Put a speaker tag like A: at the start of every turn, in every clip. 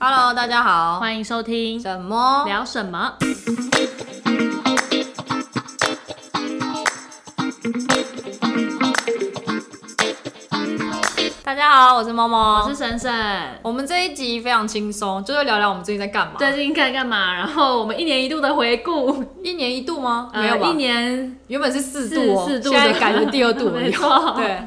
A: Hello，大家好，
B: 欢迎收听
A: 什么？
B: 聊什么？
A: 大家好，我是猫猫。
B: 我是神神。
A: 我们这一集非常轻松，就是聊聊我们最近在干嘛。
B: 最，近在干嘛？然后我们一年一度的回顾，
A: 一年一度吗？
B: 呃
A: 没有吧？
B: 一年
A: 原本是四度、哦，
B: 四四度的
A: 现在改成第二 度
B: 没错
A: 对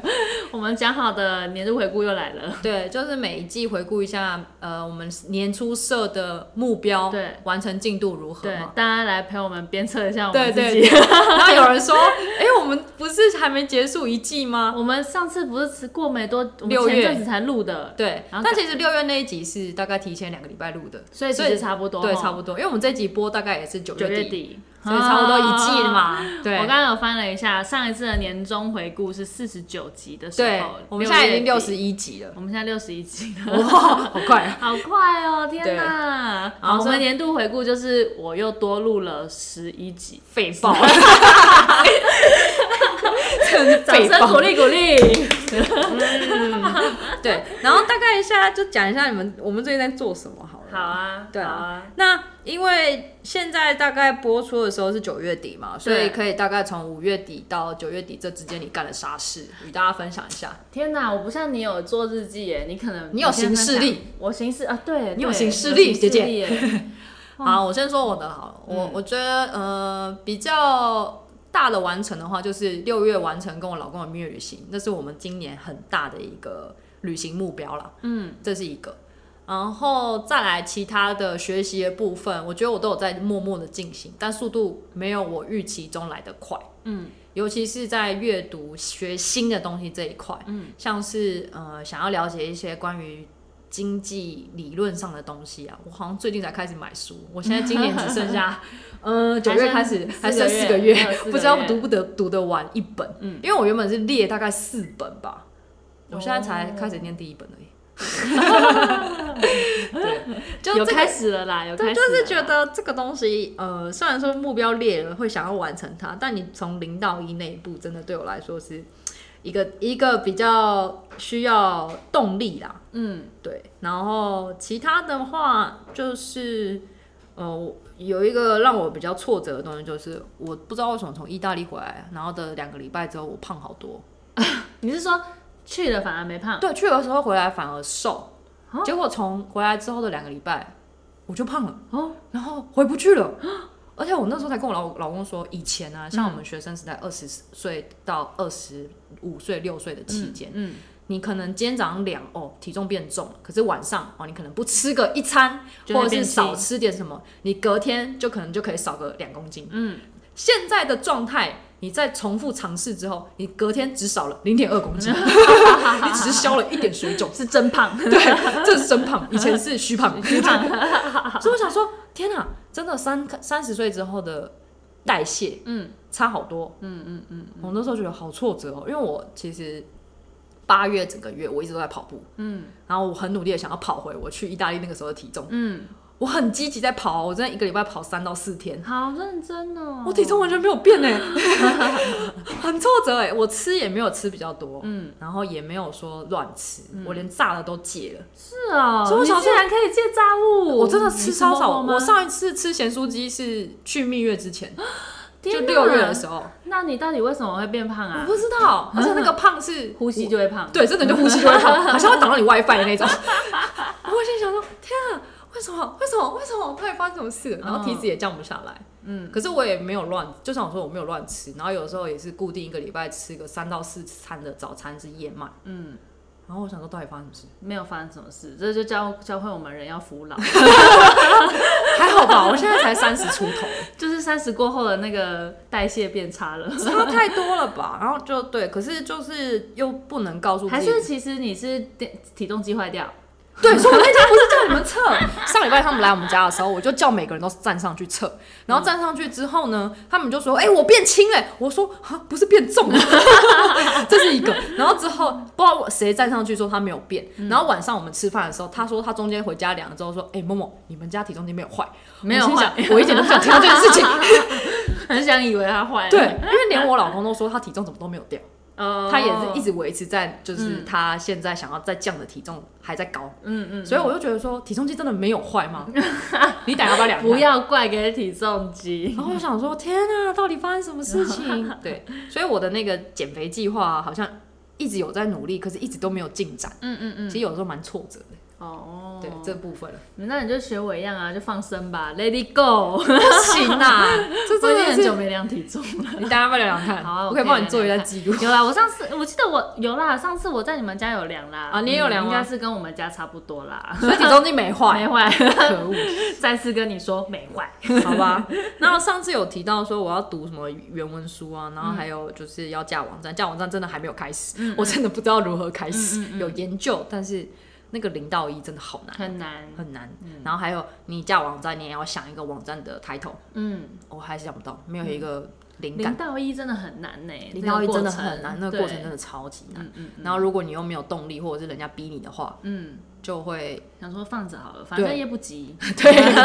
B: 我们讲好的年度回顾又来了。
A: 对，就是每一季回顾一下，呃，我们年初设的目标，
B: 对
A: 完成进度如何
B: 对
A: 嘛，？
B: 大家来陪我们鞭策一下我
A: 对
B: 们
A: 对
B: 自己。
A: 对。 然后有人说，哎、我们不是还没结束一季吗？
B: 我们上次不是过没多，我
A: 六
B: 们
A: 月
B: 前阵子才录的，
A: 对，
B: 然后
A: 但其实六月那一集是大概提前两个礼拜录的，
B: 所以其实差不多，
A: 对，差不
B: 多
A: 多，因为我们这集播大概也是九
B: 哦九
A: 月
B: 月
A: 底，
B: 底，
A: 所以差不多一季
B: 啊
A: 嘛。对，
B: 我刚刚有翻了一下，上一次的年终回顾是四十九集的时
A: 对
B: 候，，
A: 我们现在已经六
B: 六
A: 十，一集了，
B: 我们现在六十一集了。
A: 哇，好快啊！
B: 好快哦！天哪！
A: 然后
B: 好，我
A: 所以
B: 们年度回顾就是我又多录了十一集，
A: 废爆， 真
B: 掌
A: 废
B: 声鼓
A: 爆。
B: 励鼓励。
A: 对，然后大概一下就讲一下你们我们最近在做什么好了。
B: 好啊，
A: 对
B: 好
A: 啊
B: 啊，，
A: 那因为现在大概播出的时候是九月底嘛，所以可以大概从五月底到九月底这之间你干了啥事，与大家分享一下。
B: 天哪！我不像你有做日记耶，你可能
A: 你有行事力
B: 你先分享，我行事啊，对，
A: 你有
B: 对
A: 行事力
B: 我行事
A: 姐嗯姐
B: 耶
A: 好，我先说我的好了。我、我觉得，呃，比较大的完成的话，就是六月完成跟我老公的蜜月旅行，那是我们今年很大的一个旅行目标啦。
B: 嗯，
A: 这是一个。然后再来其他的学习的部分，我觉得我都有在默默的进行，但速度没有我预期中来的快。
B: 嗯，
A: 尤其是在阅读学新的东西这一块，
B: 嗯，
A: 像是呃想要了解一些关于经济理论上的东西啊，我好像最近才开始买书，我现在今年只剩 下呃九月开始还
B: 还
A: 剩
B: 剩
A: 四
B: 四
A: 个
B: 个
A: 月
B: 月还有四，个
A: 不知道
B: 月
A: 读不得读得完一本，
B: 嗯，
A: 因为我原本是列大概四本吧，我现在才
B: 哦
A: 开始念第一本而 已。对，就
B: 有
A: 这个
B: 开始了啦，有开
A: 对，
B: 始，
A: 就是觉。得这个东西，呃，虽然说目标列了会想要完成它，但你从零到一那一步，真的对我来说是一个一个比较需要动力啦。
B: 嗯，
A: 对，然后其他的话就是，呃，我有一个让我比较挫折的东西，就是我不知道为什么从意大利回来，然后的两个礼拜之后我胖好多，
B: 你是说去了反而没胖？
A: 对，去的时候回来反而瘦
B: 啊，
A: 结果从回来之后的两个礼拜我就胖了。
B: 哦，
A: 然后回不去了。 而且我那时候才跟我老老公说，以前啊，像我
B: 嗯
A: 们学生时代，二十岁到二十五岁、六岁的期间，
B: 嗯，
A: 你可能今天早上量哦，体重变重了，可是晚上哦，你可能不吃个一餐，
B: 就会
A: 或者是
B: 变轻
A: 少吃点什么，你隔天就可能就可以少个两公斤。
B: 嗯，
A: 现在的状态，你在重复尝试之后，你隔天只少了零点二 公斤， 你只是消了一点水肿，
B: 是真胖，
A: 对，这是真胖，以前是虚胖，
B: 虚胖
A: 所以我想说，天哪，真的三三十岁之后的代谢
B: 嗯
A: 差好多。
B: 嗯嗯嗯
A: 我那时候觉得好挫折哦，因为我其实八月整个月我一直都在跑步，
B: 嗯
A: 然后我很努力的想要跑回我去意大利那个时候的体重，
B: 嗯，
A: 我很积极在跑哦，我真的一个礼拜跑三到四天。
B: 好认真哦。
A: 我体重完全没有变哎， 很挫折哎，我吃也没有吃比较多，
B: 嗯
A: 然后也没有说乱吃，我连炸的都戒了，
B: 是哦，
A: 所以我想
B: 你竟
A: 说
B: 然可以借炸物，
A: 我真的吃超
B: 哦你
A: 少。
B: 过吗
A: 我上一次吃咸酥鸡是去蜜月之前，就
B: 天哪
A: 六月的时候，
B: 那你到底为什么会变胖
A: 我
B: 啊？
A: 不知 道，而且那个胖是
B: 呼吸就会胖，
A: 对，真的就呼吸就会胖，好像会挡到你 WiFi 的那 种。我心想说，天啊，为什么？为什么？为什么？到底发生什么事了？然后体脂也降不下来。
B: 嗯
A: 可是我也没有乱，就像我说，我没有乱吃，然后有时候也是固定一个礼拜吃个三到四餐的早餐是燕麦，
B: 嗯，
A: 然后我想说到底发生什么
B: 没有发生什么事，这就教教会我们人要服 老，
A: 事？还好 吧，我现在才三十出头，
B: 就是三十过后的那个代谢变差 了，
A: 差太多了吧？然后就对，可是就是又不能告诉自
B: 还
A: 己
B: 是其实你是体体重机坏掉？
A: 对，所以我那天不是叫你们测。上礼拜他们来我们家的时候，我就叫每个人都站上去测，然后站上去之后呢，他们就说：“哎、我变轻嘞、我说：“啊，不是变重了。” 这是一个。然后之后不知道谁站上去说他没有变，
B: 嗯
A: 然后晚上我们吃饭的时候，他说他中间回家量了之后说：“哎、默默，你们家体重计没有坏？”
B: 没有
A: 我心想
B: 坏
A: 我一点都不想听 到这件事情。
B: 很想以为它坏了，
A: 对，因为连我老公都说他体重怎么都没有掉。
B: 哦
A: 他也是一直维持在就是
B: 嗯
A: 他现在想要再降的体重还在高，
B: 嗯嗯，
A: 所以我就觉得说体重机真的没有坏 吗？你等一下要不要量？
B: 不。要怪给体重机。
A: 然后我想说，天啊，到底发生什么事 情？对，所以我的那个减肥计划啊好像一直有在努力，可是一直都没有进展。
B: 嗯嗯
A: 其实
B: 嗯，
A: 有时候蛮挫折的，
B: 哦，
A: 对这部 分
B: 那你就学我一样啊，就放生吧，Let it go。
A: 不行啊，这
B: 我已
A: 真的
B: 经很久
A: 是
B: 没量体重了。
A: 你大家要量看，
B: 好啊
A: 我
B: 我
A: 可以
B: 可以
A: 帮你
B: 量
A: 做一下
B: 量看
A: 记录。
B: 有啦，我上次我记得我有啦，上次我在你们家有量啦。
A: 啊你也有量
B: 嗯
A: 吗
B: 应该是跟我们家差不多啦。
A: 所以体重计没坏，
B: 没坏，
A: 可 恶。
B: 再次跟你说没坏。
A: 好吧。然后上次有提到说我要读什么原文书啊，然后还有就是要架网站，架网站真的还没有开始，
B: 嗯
A: 我真的不知道如何开始，有研究，但是那个零到一真的好难，
B: 很难。
A: 很难。然后还有你架网站，你也要想一个网站的 title，
B: 嗯，
A: 我还是想不到，没有一个灵
B: 零
A: 感。
B: 到一真的很难呢、
A: 零到一真的很难，那
B: 那
A: 个
B: 个
A: 过程真
B: 对
A: 的超级难
B: 嗯。嗯
A: 然后如果你又没有动力，或者是人家逼你的话，
B: 嗯，
A: 就会
B: 想说放着好了，反正
A: 对
B: 也不急，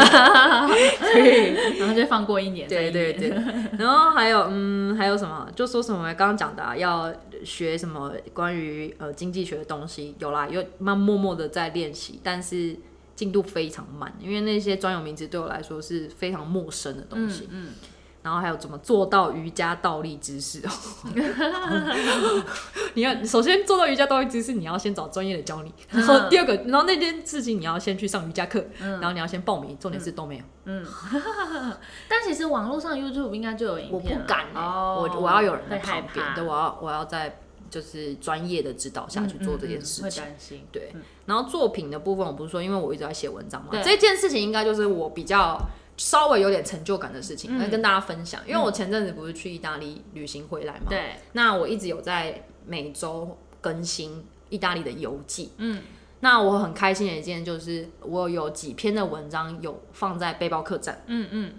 A: 对。
B: 然后就放过一年。
A: 对
B: 再一
A: 对
B: 年
A: 对， 然后还有嗯，还有什么？就说什么刚刚讲的、啊，要学什么关于呃经济学的东西，有啦，有慢默默的在练习，但是进度非常慢，因为那些专有名词对我来说是非常陌生的东西。
B: 嗯嗯，
A: 然后还有怎么做到瑜伽倒立姿势？哦 你要首先做到瑜伽倒立姿势，你要先找专业的教你。然后第二个，然后那件事情你要先去上瑜伽课，然后你要先报名，重点是都没有。
B: 但其实网络上 YouTube 应该就有
A: 我
B: 影
A: 不
B: 片了
A: 敢、欸
B: 哦，
A: 我我要有人在
B: 会害
A: 旁边，
B: 怕
A: 对，我要我要在就是专业的指导下去做这件
B: 嗯嗯
A: 事
B: 会
A: 情。
B: 担心。
A: 对，然后作品的部分，我不是说，因为我一直在写文章嘛，
B: 对
A: 这件事情应该就是我比较稍微有点成就感的事情，
B: 嗯
A: 来跟大家分享。因为我前阵子不是去意大利旅行回来嘛，
B: 对，
A: 那我一直有在每周更新意大利的游记。
B: 嗯，
A: 那我很开心的一件就是，我有几篇的文章有放在背包客栈，
B: 嗯嗯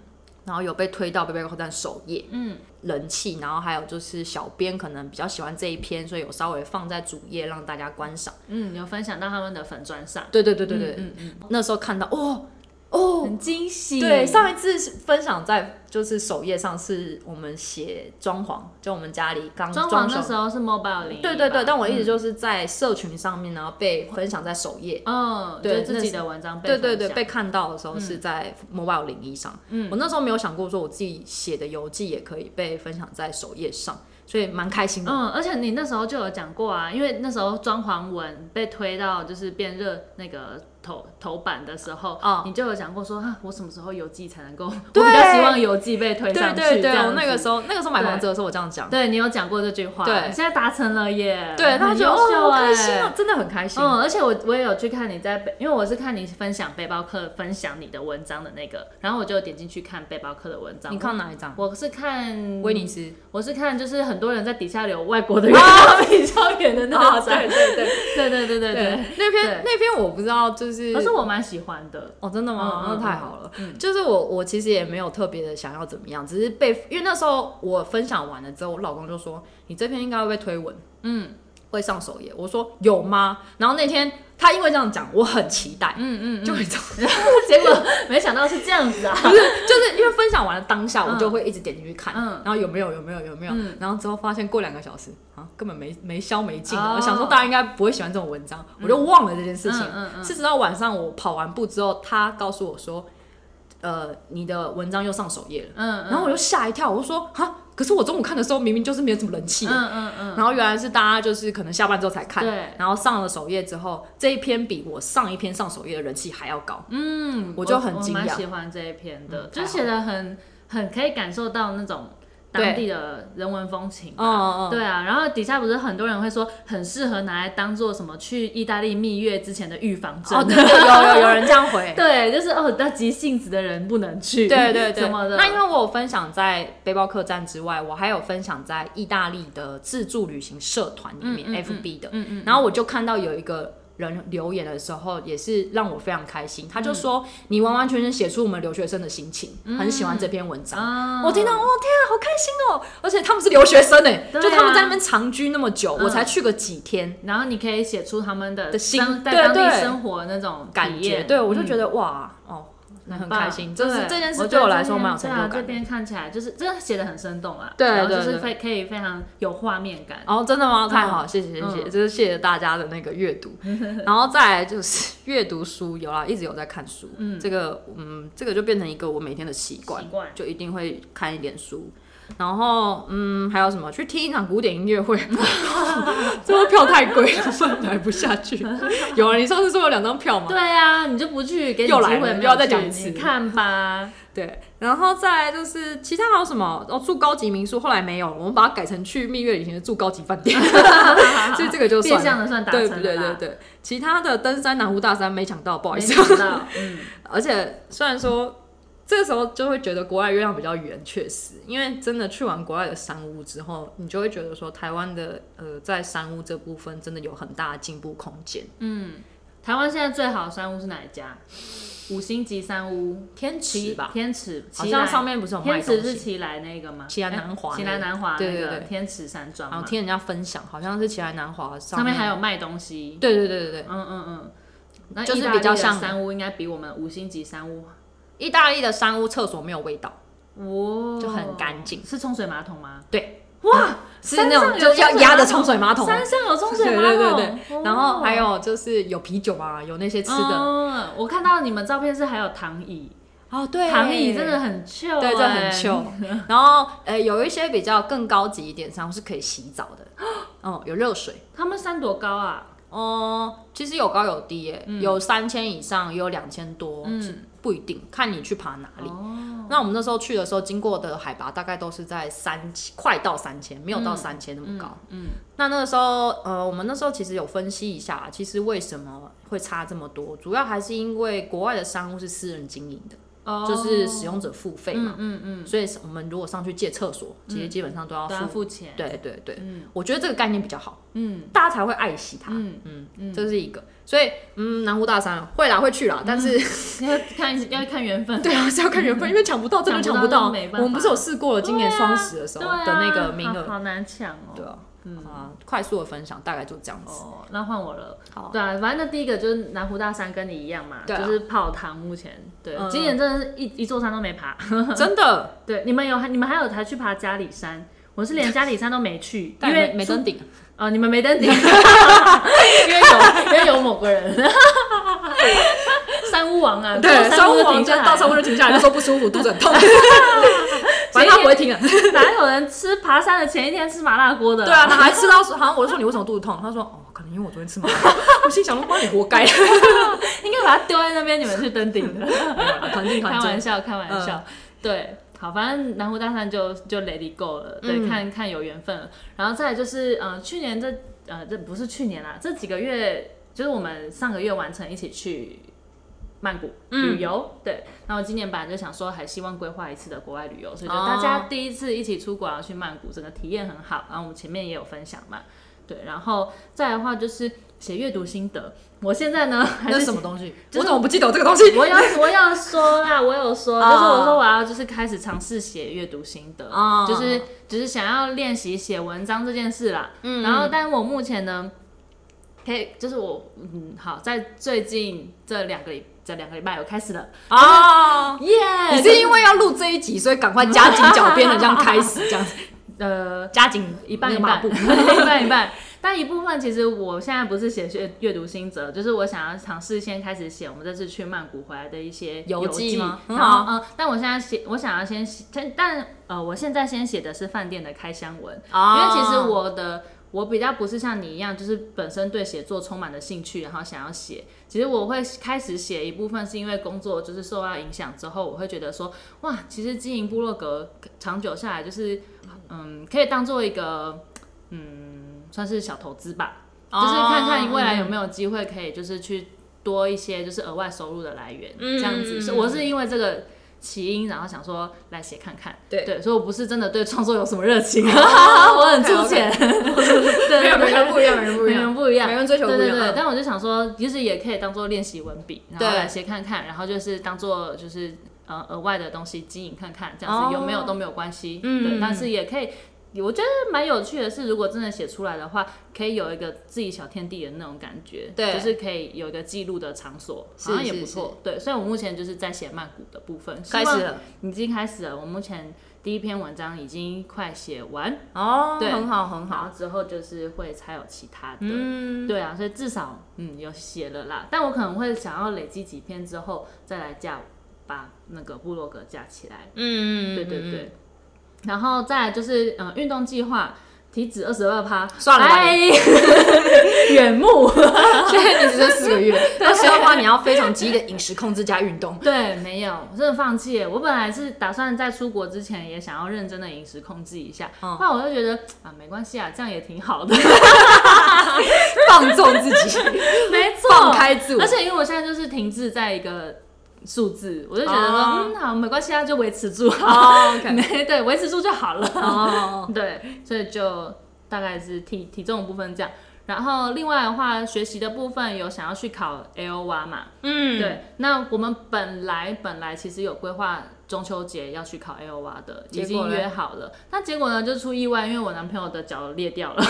A: 然后有被推到背包客栈首页。
B: 嗯
A: 人气，然后还有就是小编可能比较喜欢这一篇，所以有稍微放在主页让大家观赏。
B: 嗯，有分享到他们的粉砖上，
A: 对对对对对，
B: 嗯嗯
A: 那时候看到哦
B: 嗯，
A: 哦，
B: 很惊喜。
A: 对，上一次是分享在就是首页上是我们写装潢，就我们家里刚
B: 装潢那
A: 修
B: 时候是 Mobile 零，
A: 对对对，但我一直
B: 就
A: 就是在社群上面，然后被分享在首页。
B: 嗯，
A: 对
B: 就自己的文章被
A: 对对对，
B: 分享
A: 被看到的时候是在 mobile 零一上。
B: 嗯
A: 我那时候没有想过说我自己写的游记也可以被分享在首页上，所以蛮开心的。
B: 嗯，而且你那时候就有讲过啊，因为那时候装潢文被推到就是变热那个头头版的时候，
A: 哦
B: 你就有讲过说啊，我什么时候邮寄才能够，我比
A: 对
B: 较希望邮寄被推上
A: 对
B: 去，
A: 对
B: 这
A: 对，
B: 样
A: 我那个
B: 子
A: 时候那个时候买房子的时候，我这样讲。
B: 对你有讲过这句话，
A: 对
B: 你现在达成了耶，
A: 对，然后
B: 很
A: 就
B: 优
A: 哦，
B: 秀
A: 好
B: 哎、
A: 开心哦，真的很开心。
B: 嗯，而且我我也有去看你在背，因为我是看你分享背包客分享你的文章的那个，然后我就点进去看背包客的文章。
A: 你看哪一张？
B: 我，我是看
A: 威尼，斯。
B: 我是看就是很多人在底下留外国的原来比较远的那张，
A: 啊对对
B: 对对对对对。
A: 对，那篇
B: 对
A: 那篇我不知道，就是
B: 可是我蛮喜欢的，
A: 哦，真的吗？
B: 嗯嗯
A: 那太好了。就是我我其实也没有特别的想要怎么样，只是被因为那时候我分享完了之后，我老公就说你这篇应该会被推文，
B: 嗯
A: 会上首页。我说有吗？然后那天他因为这样讲，我很期待，
B: 嗯 嗯，
A: 就你 知道，
B: 结果没想到是这样子啊，
A: 不是，就是因为分享完了当下，我就会一直点进去看，
B: 嗯
A: 然后有没有有没有有没有，
B: 嗯
A: 然后之后发现过两个小时啊，根本没没消没尽了。
B: 哦
A: 我想说大家应该不会喜欢这种文章，我就忘了这件 事情。
B: 嗯嗯嗯
A: 是直到晚上我跑完步之后，他告诉我说，呃，你的文章又上首页了，
B: 嗯
A: 然后我就吓一跳，我就说啊，可是我中午看的时候明明就是没有什么人气的。
B: 嗯嗯嗯，
A: 然后原来是大家就是可能下班之后才看，
B: 对
A: 然后上了首页之后，这一篇比我上一篇上首页的人气还要高，
B: 嗯，
A: 我就很惊
B: 我蛮
A: 讶
B: 喜欢这一篇的，
A: 嗯
B: 就写的很很可以感受到那种
A: 对
B: 当地的人文风情吧。
A: 嗯嗯嗯
B: 对啊，然后底下不是很多人会说很适合拿来当做什么去意大利蜜月之前的预防针，
A: 哦，对，有有有人这样回，
B: 对，就是哦，那急性子的人不能去，
A: 对对对，
B: 什么的。
A: 那因为我有分享在背包客栈之外，我还有分享在意大利的自助旅行社团里面、FB 的，
B: 嗯嗯
A: 然后我就看到有一个。人留言的时候也是让我非常开心，他就
B: 嗯
A: 说、你完完全全写出我们留学生的心情，很喜欢这篇文章。
B: 啊，
A: 我听到，哦天啊，好开心哦！而且他们是留学生哎、
B: 对啊嗯
A: 就他们在那边长居那么久，我才去个几天，
B: 然后你可以写出他们的
A: 的心
B: 生在
A: 对
B: 当地
A: 对
B: 生活那种
A: 感
B: 体
A: 觉，
B: 验
A: 对我就
B: 嗯
A: 觉得、哇哦，那很
B: 棒
A: 开心，这是
B: 对
A: 这件事
B: 觉
A: 对
B: 得
A: 我来
B: 这
A: 说
B: 边
A: 蛮有成
B: 对啊
A: 就感
B: 这
A: 的。
B: 边看起来就是真的写的很生动啊，
A: 对
B: 然后就
A: 对
B: 是
A: 对
B: 非可以非常有画面感。
A: 哦，真的吗？
B: 嗯
A: 太好，谢谢谢谢，
B: 嗯
A: 就是谢谢大家的那个阅 读，然后再来就是阅读书，有啦，一直有在看书，
B: 嗯
A: 这个嗯，这个就变成一个我每天的哦习惯
B: 习，惯
A: 就一定会看一点书。然后，嗯，还有什么？去听一场古典音乐会， 这个票太贵了，算买不下去。 有啊，你上次说有两张票吗？
B: 对啊，你就不去，给你机
A: 又来了
B: 会没
A: 又要
B: 有
A: 再
B: 去
A: 讲一次
B: 你看吧。
A: 对，然后再来就是其他还有什么？哦，住高级民宿，后来没有，我们把它改成去蜜月旅行的住高级饭 店，所以这个就
B: 变
A: 算
B: 相
A: 了。
B: 的算达成
A: 对
B: 了
A: 对
B: 啦
A: 对对，对，其他的登山南湖大山没抢到，不好意
B: 没
A: 思。
B: 想到，嗯，
A: 而且虽然说这时候就会觉得国外月亮比较圆，确实，因为真的去完国外的山屋之后，你就会觉得说台湾的呃在山屋这部分真的有很大的进步空间。
B: 台湾现在最好的山屋是哪一家？五星级山屋，
A: 天池吧，
B: 天池，
A: 好
B: 奇
A: 像
B: 来
A: 上面不是有卖
B: 天池
A: 东
B: 是
A: 西，
B: 奇来那个吗？
A: 奇来南华
B: 哎奇
A: 那
B: 来
A: 个
B: 南华
A: 对
B: 那
A: 对
B: 个
A: 对
B: 天池山庄
A: 然
B: 嘛
A: 后，听人家分享，好像是奇来南华上哦
B: 上面还有卖东西。
A: 对对对对对，
B: 嗯嗯嗯，那
A: 就是
B: 意大利
A: 比较
B: 的
A: 像
B: 山屋，应该比我们五星级山屋
A: 意大利的山屋厕所没有味道，
B: 哇
A: 就很干净
B: 是冲水马桶吗？
A: 对，
B: 哇，
A: 是
B: 山
A: 那
B: 上
A: 种
B: 有
A: 就是要
B: 冲水
A: 压着
B: 马桶
A: 冲水马桶。
B: 山上有冲水马桶，
A: 对对对对，
B: 哦
A: 然后还有就是有啤酒啊，有那些吃的
B: 嗯，我看到你们照片是还有躺椅，
A: 哦，对
B: 躺椅真的很 chill，
A: 对，这
B: 哎
A: 很秀。 然后呃，有一些比较更高级一点山屋是可以洗澡的，哦，有热水。
B: 他们山多高啊？
A: 哦、其实有高有低耶，
B: 嗯
A: 有三千以上，也有两千多，嗯，不一定，看你去爬哪里。
B: 哦，
A: 那我们那时候去的时候，经过的海拔大概都是在三千，快到三千，没有到三千那么高。
B: 嗯，
A: 那那个时候，呃，我们那时候其实有分析一下，其实为什么会差这么多，主要还是因为国外的商务是私人经营的，
B: 哦
A: 就是使用者付费
B: 嗯
A: 嘛，
B: 嗯嗯，
A: 所以我们如果上去借厕所，其实基本上都要
B: 都要
A: 付。
B: 付钱，，
A: 对对对，
B: 嗯
A: 我觉得这个概念比较好，
B: 嗯
A: 大家才会爱惜它。
B: 嗯，
A: 嗯
B: 嗯
A: 这是一个，所以嗯，南湖大山会啦，会去啦，但是、
B: 要看要看缘分，
A: 对啊，是要看缘分，因为抢不到真的
B: 抢
A: 抢
B: 不
A: 不
B: 到
A: 到。
B: 真没办
A: 我
B: 法
A: 们不是有试过了，今年双十的时
B: 对
A: 候
B: 啊，
A: 的那个名
B: 好
A: 额，
B: 好难抢哦，
A: 对啊，
B: 嗯
A: 啊，快速的分享大概就这样子。
B: 哦，那换我了。
A: 好
B: 对啊，反正那第一个就是南湖大山，跟你一样嘛，
A: 对啊
B: 就是泡汤。目前对，
A: 嗯
B: 今年真的是一一座山都没爬。
A: 真的，
B: 对，你们有你们还有还去爬嘉里山，我是连嘉里山都没去，因
A: 因
B: 为
A: 为没登顶，啊
B: 哦，你们 没登顶，因为有因为有某个人， 山屋王啊，坐
A: 山
B: 山
A: 屋
B: 屋
A: 王
B: 停下
A: 就
B: 来
A: 到山屋就停下来， 就说不舒服，肚子很痛，反正他不会听啊。
B: 哪有人吃爬山的前一天吃麻辣锅的？
A: 对，啊，他还 吃到说，好像我就说你为什么肚子痛，他说哦，可能因为我昨天吃麻辣锅，我心想说妈你活该，
B: 应该把它丢在那边，你们去登顶的。
A: 啊 团进
B: 开
A: 团
B: 玩
A: 进。
B: 笑，开玩笑。
A: 嗯
B: 对，好，反正南湖大山就就 Let it go 了，对，
A: 嗯
B: 看看有缘分了。然后再来就是，呃，去年这呃这不是去年啦，这几个月就是我们上个月完成一起去。曼谷
A: 嗯
B: 旅游，对，那我今年本来就想说，还希望规划一次的国外旅游，所以就
A: 哦
B: 大家第一次一起出国，然后去曼谷，整个体验很好。然后我们前面也有分享嘛，对，然后再来的话就是写阅读心得。我现在呢，还
A: 那
B: 是
A: 是什么东西？
B: 就是
A: 我怎么不记得我这个东西？啊
B: 我要我要说啦，我有说，
A: 哦
B: 就是我说我要就是开始尝试写阅读心得，
A: 哦
B: 就是就是想要练习写文章这件事啦。
A: 嗯
B: 然后，但我目前呢，可以就是我嗯好，在最近这两个礼这两个礼拜有开始了，
A: 哦，
B: 耶、
A: 你是因为要录这一集，所以赶快加紧脚边的这样开始，这样 子
B: 呃。
A: 加紧
B: 一半一
A: 那个马
B: 半，
A: 步
B: 一半一半。但一部分其实我现在不是写阅阅读心得，就是我想要尝试先开始写我们这次去曼谷回来的一些
A: 游
B: 记
A: 记吗
B: 然
A: 很好
B: 后嗯、呃但我现在写，我想要先写，但但呃，我现在先写的是饭店的开箱文，
A: 啊
B: 因为其实我的。我比较不是像你一样，就是本身对写作充满了兴趣，然后想要写。其实我会开始写一部分是因为工作就是受到影响之后，我会觉得说，哇，其实经营部落格长久下来，就是嗯，可以当做一个嗯，算是小投资吧，
A: 哦
B: 就是看看未来
A: 嗯
B: 有没有机会可以就是去多一些就是额外收入的来源，
A: 嗯
B: 这样子。是我是因为这个起因，然后想说来写看看，
A: 对哦
B: 对，所以我不是真的对创作有什么热情，啊 我很 粗浅，对
A: 没有每个人
B: 对
A: 不一样，每个人不
B: 对，
A: 一
B: 每个
A: 样
B: 人，不一样
A: 每个。人追求
B: 对
A: 不一
B: 对
A: 样。
B: 对，
A: 嗯
B: 但我就想说，其实也可以当做练习文笔，然后
A: 对
B: 来写看看，然后就是当做就是呃额外的东西经营看看，这样子、
A: 哦
B: 有没有都没有关系。
A: 嗯
B: 对，但是也可以我觉得蛮有趣的是，如果真的写出来的话，可以有一个自己小天地的那种感觉，
A: 对
B: 就是可以有一个记录的场所，
A: 是
B: 好像也不
A: 是
B: 错。对，所以我目前就是在写曼谷的部分，
A: 开始了，
B: 已经开始了。我目前第一篇文章已经快写完，
A: 哦，
B: 对
A: 很好很
B: 然
A: 好，
B: 后之后就是会才有其他的。
A: 嗯，
B: 对啊，所以至少嗯有写了啦，但我可能会想要累积几篇之后再来架，把那个部落格架起来。
A: 嗯，
B: 对对
A: 嗯，
B: 对。然后再来就是嗯、呃运动计划，体脂二十二趴，
A: 算了吧
B: 哎远目。
A: 嗯 现在你只剩四个月，那十二话你要非常积极的饮食控制加运动，
B: 对，没有，我真的放弃了。我本来是打算在出国之前也想要认真的饮食控制一下，
A: 嗯
B: 后来我就觉得啊，没关系啊，这样也挺好的。
A: 放纵自己，
B: 没错，
A: 放开自我
B: 而且因为我现在就是停滞在一个数字，我就觉得说，
A: 哦
B: 嗯，好，没关系啊，就维持住
A: 哦
B: 好，
A: ，OK
B: 没对，维持住就好了。
A: 哦，
B: 对，所以就大概是体体重的部分这样。然后另外的话，学习的部分有想要去考 L O A 嘛？
A: 嗯，
B: 对，那我们本来本来其实有规划中秋节要去考 L O A 的，已
A: 结果
B: 经
A: 嘞
B: 约好了。那结果呢，就出意外，因为我男朋友的脚裂掉了。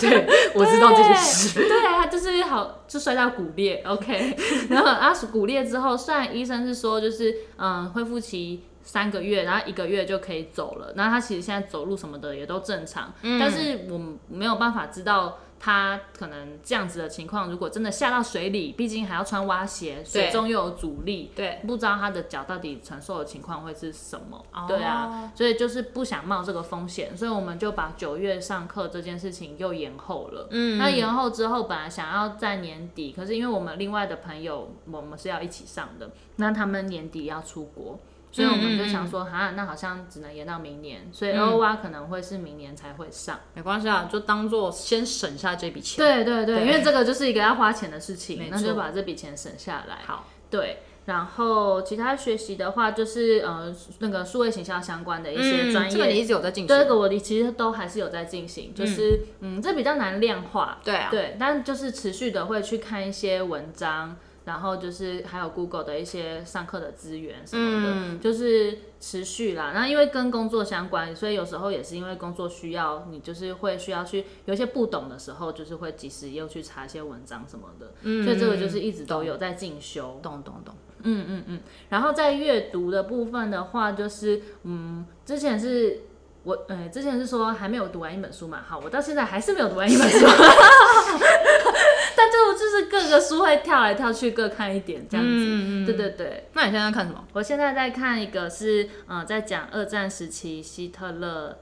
A: 对， 我知道这件事，
B: 对他就是好就摔到骨裂，OK，然 后啊骨裂之后，虽然医生是说就是嗯恢复期三个月，然后一个月就可以走了，然后他其实现在走路什么的也都正常，
A: 嗯
B: 但是我们没有办法知道。他可能这样子的情况，如果真的下到水里，毕竟还要穿蛙鞋，水
A: 对
B: 中又有阻力，
A: 对，
B: 不知道他的脚到底承受的情况会是什么。
A: 哦
B: 对啊，所以就是不想冒这个风险，所以我们就把九月上课这件事情又延后了。
A: 嗯
B: 那延后之后，本来想要在年底，可是因为我们另外的朋友，我们是要一起上的，那他们年底要出国，所以我们就想说，哈、那好像只能延到明年，所以
A: 嗯
B: O A 可能会是明年才会上。
A: 没关系啊，就当做先省下这笔钱，
B: 对对对，
A: 对
B: 因为这个就是一个要花钱的事情
A: 没，
B: 那就
A: 错
B: 把这笔钱省下来。
A: 好，
B: 对，然后其他学习的话，就是呃那个数位行销相关的一些专业。
A: 嗯这个你一直有在进
B: 嗯这
A: 行，
B: 个我其实都还是有在进行，就是嗯这比较难量化，
A: 对啊，
B: 对，但就是持续的会去看一些文章，然后就是还有 Google 的一些上课的资源什么的，
A: 嗯
B: 就是持续啦。那因为跟工作相关，所以有时候也是因为工作需要，你就是会需要去有一些不懂的时候，就是会及时又去查一些文章什么的，
A: 嗯
B: 所以这个就是一直都有在进修。
A: 懂懂懂，
B: 嗯嗯嗯，然后在阅读的部分的话，就是嗯，之前是我呃，之前是说还没有读完一本书嘛，好，我到现在还是没有读完一本书， 但就就是各个书会跳来跳去，各看一点这样子，对对对。
A: 那你现在在看什么？
B: 我现在在看一个是，呃，在讲二战时期希特勒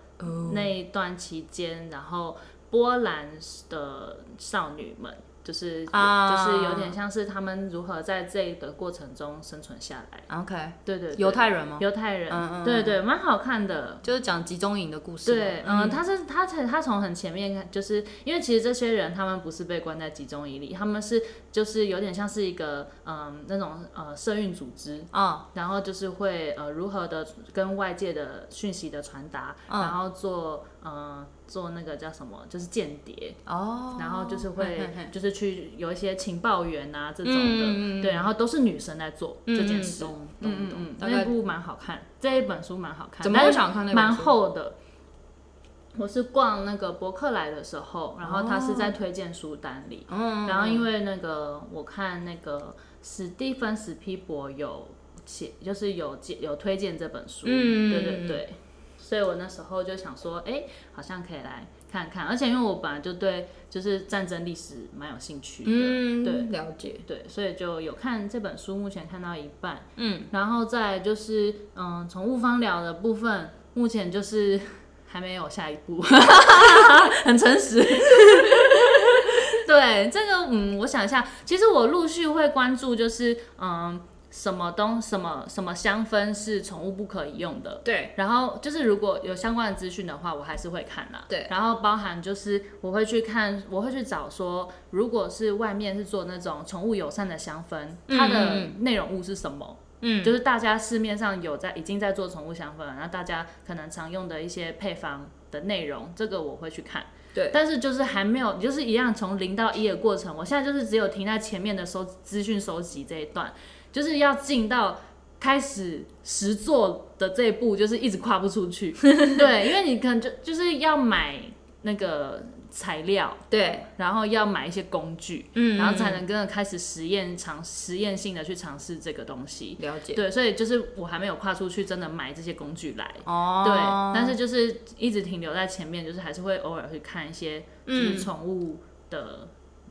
B: 那一段期间，然后波兰的少女们，就是、
A: 啊
B: 就是有点像是他们如何在这个过程中生存下来。
A: OK，
B: 对对对
A: 犹太人吗？
B: 犹太人，
A: 嗯哦嗯嗯
B: 对对，蛮好看的。
A: 就是讲集中营的故事吗。
B: 对，嗯，他是他从他从很前面看，就是因为其实这些人他们不是被关在集中营里，他们是就是有点像是一个嗯那种呃社运组织，
A: 啊，
B: 然后就是会呃如何的跟外界的讯息的传达，
A: 嗯
B: 然后做呃做那个叫什么，就是间谍，
A: 哦，
B: 然后就是会
A: 嘿嘿嘿
B: 就是去有一些情报员啊这种的，
A: 嗯嗯嗯
B: 对，然后都是女生在做这件事，
A: 懂懂
B: 嗯
A: 懂
B: 嗯，嗯，
A: 大
B: 那
A: 概
B: 部蛮好看，这一本书蛮好看，
A: 怎么
B: 但
A: 会
B: 是
A: 想看那本
B: 蛮
A: 书
B: 厚的。我是逛那个博客来的时候，然后他是在推荐书单里，
A: 哦嗯，
B: 然后因为那个我看那个史蒂芬史皮博有写，就是有介有推荐这本书，
A: 嗯
B: 对对对，所以我那时候就想说，哎、好像可以来看看，而且因为我本来就对就是战争历史蛮有兴趣的，
A: 嗯，
B: 对
A: 了解，
B: 对，所以就有看这本书，目前看到一半，
A: 嗯，
B: 然后再来就是，嗯，宠物芳疗的部分，目前就是 还没有下一步， 很诚实。 对这个，嗯，我想一下，其实我陆续会关注，就是嗯，什么东什么什么香氛是宠物不可以用的，
A: 对，
B: 然后就是如果有相关的资讯的话，我还是会看啦。
A: 对
B: 然后包含就是我会去看，我会去找说，如果是外面是做那种宠物友善的香氛，
A: 嗯
B: 它的内容物是什么？
A: 嗯，
B: 就是大家市面上有在已经在做宠物香氛了，然后大家可能常用的一些配方的内容，这个我会去看。
A: 对，
B: 但是就是还没有，就是一样从零到一的过程。我现在就是只有停在前面的收资讯收集这一段，就是要进到开始实做的这一步，就是一直跨不 出去。对，因为你可能就就是要买那个材料，
A: 对，
B: 然后要买一些工具，
A: 嗯
B: 然后才能跟着开始实验尝实验性的去尝试这个东西。
A: 了解。
B: 对，所以就是我还没有跨出去，真的买这些工具来。
A: 哦
B: 对，但是就是一直停留在前面，就是还是会偶尔去看一些就是宠物的、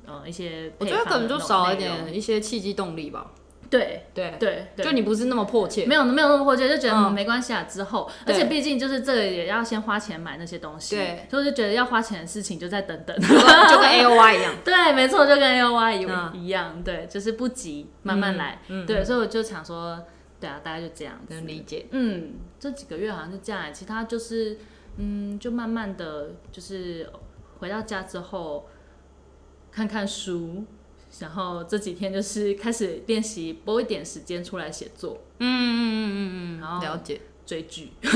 B: 呃一些
A: 嗯我
B: 配
A: 觉得
B: 方的
A: 可能就少一
B: 内容。
A: 点一些契机动力吧。
B: 对
A: 对，
B: 对对，
A: 就你不是那么迫切。
B: 没有没有那么迫切，就觉得、
A: 嗯
B: 嗯没关系啊。之后，而
A: 对
B: 且毕竟就是这个也要先花钱买那些东西，
A: 对，
B: 所以我就觉得要花钱的事情就再等 等。
A: 就跟 就跟 A O Y 一样。
B: 对，没错，就跟 L Y 一
A: 嗯
B: 一样，对，就是不急，慢慢来。
A: 嗯
B: 对，所以我就想说，对啊，大概就这样子
A: 能。理解。
B: 嗯，这几个月好像就这样、欸，其他就是，嗯，就慢慢的就是呃回到家之后，看看书，然后这几天就是开始练习拨一点时间出来写作、
A: 嗯嗯嗯嗯
B: 然后
A: 了解。
B: 追剧，
A: 你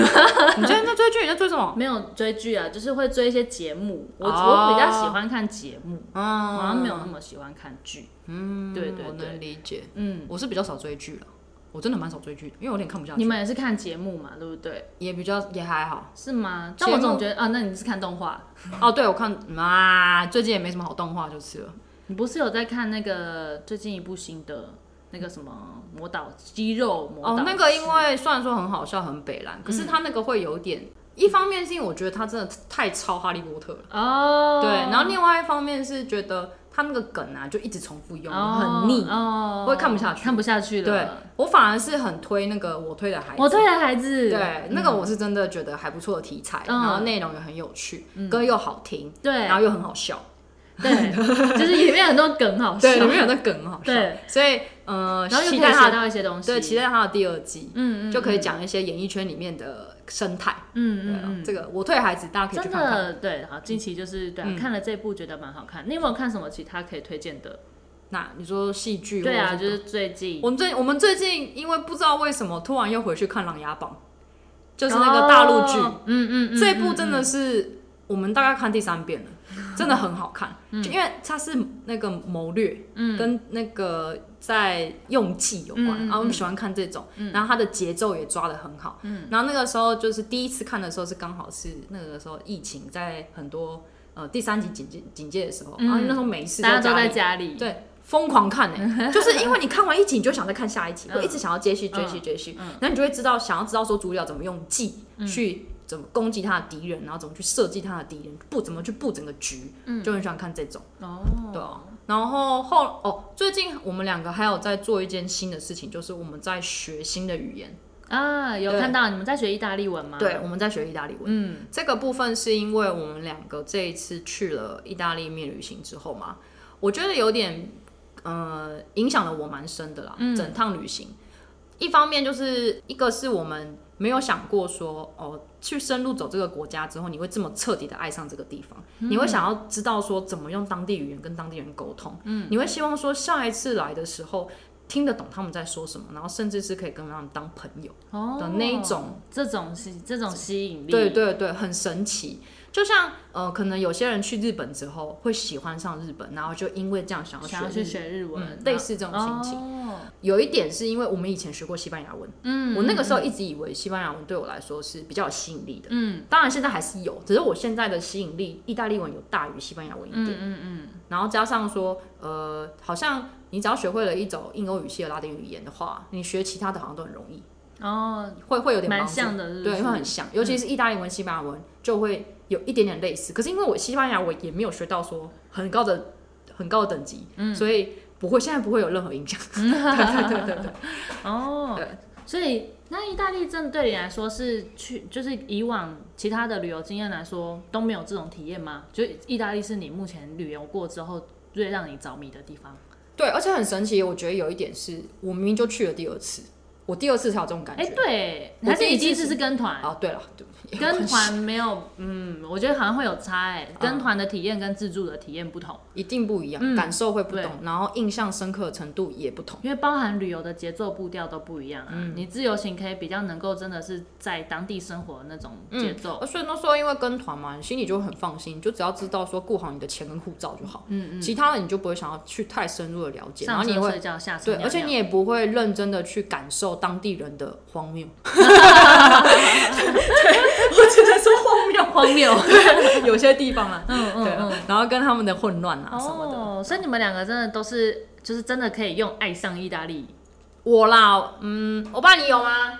A: 最近在追剧，你在追什么？
B: 没有追剧啊，就是会追一些节目。我、
A: 哦
B: 我比较喜欢看节目，我好像
A: 嗯，
B: 没有那么喜欢看剧。嗯，对对
A: 我能
B: 对，
A: 理解。
B: 嗯，
A: 我是比较少追剧了，我真的蛮少追剧的，因为我有点看不下去。
B: 你们也是看节目嘛，对不对？
A: 也比较也还好。
B: 是吗？
A: 节
B: 但
A: 目
B: 我总觉得啊，那你是看动画，
A: 哦，对，我看嗯啊，最近也没什么好动画，就是了。
B: 你不是有在看那个最近一部新的那个什么魔导肌肉魔导？
A: 哦，那个因为虽然说很好笑、很北蓝，可是它那个会有点，一方面是因为我觉得它真的太超哈利波特了，
B: 哦，
A: 对，然后另外一方面是觉得它那个梗啊就一直重复用，
B: 哦
A: 很腻。
B: 哦，
A: 我也看不下去
B: 看不下去了。
A: 对我反而是很推那个我推的孩
B: 我
A: 子。
B: 推的孩子，
A: 对，那个我是真的觉得还不错的题材，
B: 嗯
A: 然后内容也很有趣，歌又好听，
B: 对
A: 然后又很好笑，
B: 对，就是里面很多梗好笑，
A: 对，里面有那梗很好笑，
B: 对，
A: 所以呃，
B: 然后又可以
A: 期待
B: 学
A: 它，
B: 到一些东西，
A: 对，期待它的第二季，
B: 嗯，嗯嗯，
A: 就可以讲一些演艺圈里面的生态。对
B: 嗯
A: 啊
B: 嗯，嗯，
A: 这个我退孩子，大家可以去
B: 真
A: 看看。
B: 的对，好，近期就是对啊
A: 嗯
B: 看了这部觉得蛮好看。你有没有看什么其他可以推荐的？
A: 那你说戏剧或者
B: 对
A: 什么？
B: 啊，就是最近
A: 我们最我们最近因为不知道为什么突然又回去看《琅琊榜》，就是那个大陆剧，
B: 哦嗯嗯嗯，嗯
A: 这一部真的是我们大概看第三 遍了，真的很好看。
B: 嗯
A: 就因为它是那个谋略，跟那个在用计有关，
B: 嗯嗯嗯
A: 然后我们喜欢看这种，然后它的节奏也抓得很好。然后那个时候就是第一次看的时候是刚好是那个时候疫情在很多呃第三级警戒警戒的时候，
B: 嗯
A: 然后那时候没事
B: 大家都
A: 家
B: 在
A: 里
B: 家里，
A: 对，疯狂看 呢、就是因为你看完一集，你就想再看下一集，
B: 嗯
A: 会一直想要接续、接续、
B: 嗯
A: 接续，然后你就会知道，想要知道说主角怎么用计去怎么攻击他的敌人，然后怎么去设计他的敌人，布怎么去布整个局，就很喜欢看这种，
B: 嗯哦，
A: 对啊。然后后哦，最近我们两个还有在做一件新的事情，就是我们在学新的语言，
B: 啊，有
A: 对
B: 看到你们在学意大利文吗？
A: 对，，我们在学意大利文。
B: 嗯，
A: 这个部分是因为我们两个这一次去了意大利面旅行之后嘛，我觉得有点呃影响了我蛮深的啦。整趟旅行，一方面就是一个是我们没有想过说哦，去深入走这个国家之后，你会这么彻底的爱上这个地方，你会想要知道说怎么用当地语言跟当地人沟通，嗯，你会希望说下一次来的时候。听得懂他们在说什么，然后甚至是可以跟他们当朋友
B: 哦
A: 的那一种
B: 这种吸这种吸引力，
A: 对对对，很神奇。就像呃，可能有些人去日本之后会喜欢上日本，然后就因为这样想要学
B: 想要去
A: 日
B: 学日文
A: 嗯，类似这种心情。
B: 情，哦
A: 有一点是因为我们以前学过西班牙文，
B: 嗯
A: 我那个时候一直以为西班牙文对我来说是比较有吸引力的。
B: 嗯
A: 当然现在还是有，只是我现在的吸引力，意大利文有大于西班牙文一点。
B: 嗯嗯嗯，
A: 然后加上说，呃，好像你只要学会了一种印欧语系的拉丁语言的话，你学其他的好像都很容易，
B: 哦，
A: 会会有点
B: 蛮
A: 帮助
B: 像的，是不
A: 对，
B: 是
A: 会很像，尤其是意大利文、西班牙文就会有一点点类似。可是因为我西班牙文也没有学到说很高的很高的等级，
B: 嗯
A: 所以不会现在不会有任何影 响。对对对对对，
B: 哦
A: 对，
B: 所以那意大利真的对你来说是去，就是以往其他的旅游经验来说都没有这种体验吗？就意大利是你目前旅游过之后最让你着迷的地方？
A: 对，而且很神奇，我觉得有一点是我明明就去了第二次，我第二次才有这种感觉。
B: 哎，对，
A: 我
B: 啊还是
A: 第一
B: 你第一
A: 次
B: 次
A: 是
B: 是跟团？
A: 哦，对了，对，也有
B: 跟
A: 关系
B: 团没有，嗯，我觉得好像会有差哎、跟团的体验跟自助的体验不同，
A: 一定不一样，
B: 嗯
A: 感受会不
B: 对
A: 同，然后印象深刻的程度也不同。
B: 因为包含旅游的节奏步调都不一样啊。
A: 嗯
B: 你自由行可以比较能够真的是在当地生活的那种
A: 嗯
B: 节奏，
A: 哦而所以那时候因为跟团嘛，你心里就会很放心，就只要知道说顾好你的钱跟护照就好。嗯嗯，其他的你就不会想要去太深入的了解，然
B: 上
A: 后你也
B: 车
A: 会
B: 睡觉，下车
A: 对，
B: 尿尿
A: 而且你也不会认真的去感受受当地人的荒 谬。对，我只能说荒 谬，
B: 荒谬。
A: 对，有些地方啊，
B: 嗯嗯
A: 对
B: 嗯，
A: 然后跟他们的混乱啊什么的。
B: 哦，所以你们两个真的都是，就是真的可以用爱上意大利。
A: 我啦，嗯，我爸你有吗？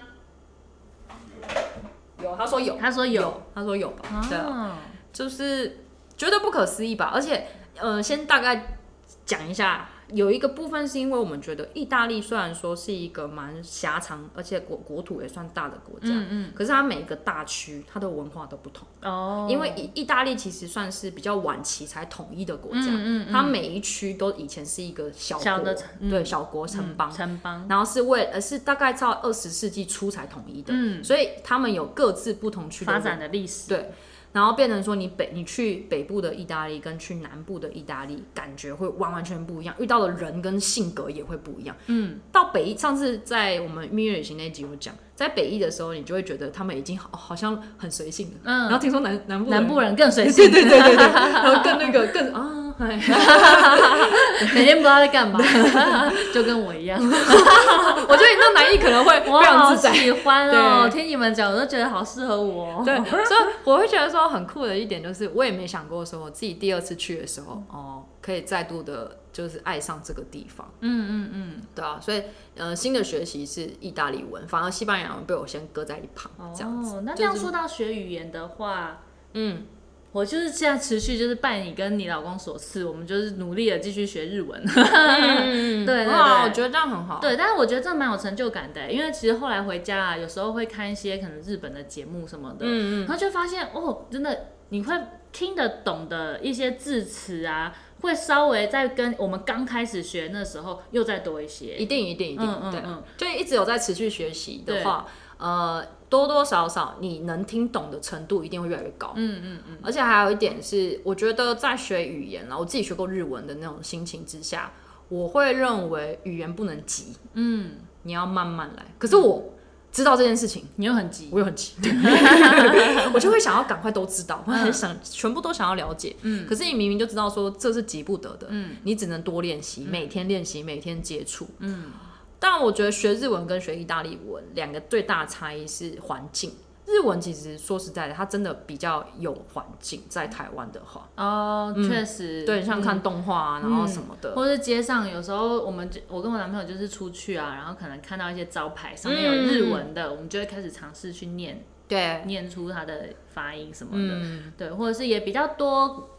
A: 有，他说有，
B: 他说有，，
A: 他说有吧？对啊，
B: 哦，
A: 就是觉得不可思议吧。而且，呃，先大概讲一下，有一个部分是因为我们觉得意大利虽然说是一个蛮狭长，而且国国土也算大的国家，
B: 嗯
A: 可是它每个大区它的文化都不同。
B: 嗯，哦，
A: 因为意意大利其实算是比较晚期才统一的国家，
B: 嗯嗯嗯
A: 它每一区都以前是一个小国，
B: 小的城嗯
A: 对小国城邦，
B: 城邦，
A: 然后是为呃是大概到二十世纪初才统一的，
B: 嗯
A: 所以他们有各自不同区的
B: 发
A: 文
B: 展的历史，
A: 对，然后变成说你北你去北部的意大利跟去南部的意大利感觉会完完全不一样，遇到的人跟性格也会不一样。
B: 嗯，
A: 到北意上次在我们蜜月旅行那一集有讲，在北意的时候你就会觉得他们已经好好像很随性了，
B: 嗯
A: 然后听说南南部的人
B: 南部人 更随
A: 对
B: 性，
A: 对对对对，然后更那个更啊，哎
B: 每天不知道在干嘛，就跟我一样，
A: 我觉得你到南艺可能会
B: 我
A: 非常
B: 好
A: 自在。
B: 喜欢哦，
A: 对
B: 听你们讲我都觉得好适合我 哦，
A: 对，所以我会觉得说很酷的一点就是，我也没想过说我自己第二次去的时候，哦，可以再度的，就是爱上这个地方，
B: 嗯嗯嗯，
A: 对啊，所以呃，新的学习是意大利文，反而西班牙文被我先搁在一旁，这样子。
B: 哦， 那
A: 就
B: 这样
A: 是
B: 说到学语言的话，
A: 嗯，
B: 我就是现在持续就是拜你跟你老公所赐，我们就是努力的继续学日文。
A: 嗯
B: 对对
A: 哇，
B: 对
A: 我觉得这样很好。
B: 对，但是我觉得这蛮有成就感的，因为其实后来回家啊，有时候会看一些可能日本的节目什么的，
A: 嗯，
B: 然后就发现哦，真的你会听得懂的一些字词啊，会稍微再跟我们刚开始学那时候又再多一些。
A: 一定一定一定，
B: 嗯嗯
A: 对，啊
B: 嗯
A: 就一直有在持续学习的话，呃，多多少少你能听懂的程度一定会越来越高。
B: 嗯嗯嗯，
A: 而且还有一点是，我觉得在学语言啊，我自己学过日文的那种心情之下，我会认为语言不能急，
B: 嗯，
A: 你要慢慢来。可是我知道这件事情，
B: 你又很急。
A: 我又很 急，对我就会想要赶快都知道，我很想全部都想要了解。
B: 嗯
A: 可是你明明就知道说这是急不得的，
B: 嗯
A: 你只能多练习，每天练习，每天接触。
B: 嗯
A: 但我觉得学日文跟学意大利文两个最大的差异是环境。日文其实说实在的，它真的比较有环境，在台湾的话，
B: 哦，
A: 嗯
B: 确实，
A: 对，像
B: 嗯
A: 看动画啊，然后什么的，
B: 或是街上，有时候我们就我跟我男朋友就是出去啊，然后可能看到一些招牌上面有日文
A: 嗯
B: 的，我们就会开始尝试去念
A: 对，
B: 念出它的发音什么的，
A: 嗯，
B: 对，或者是也比较多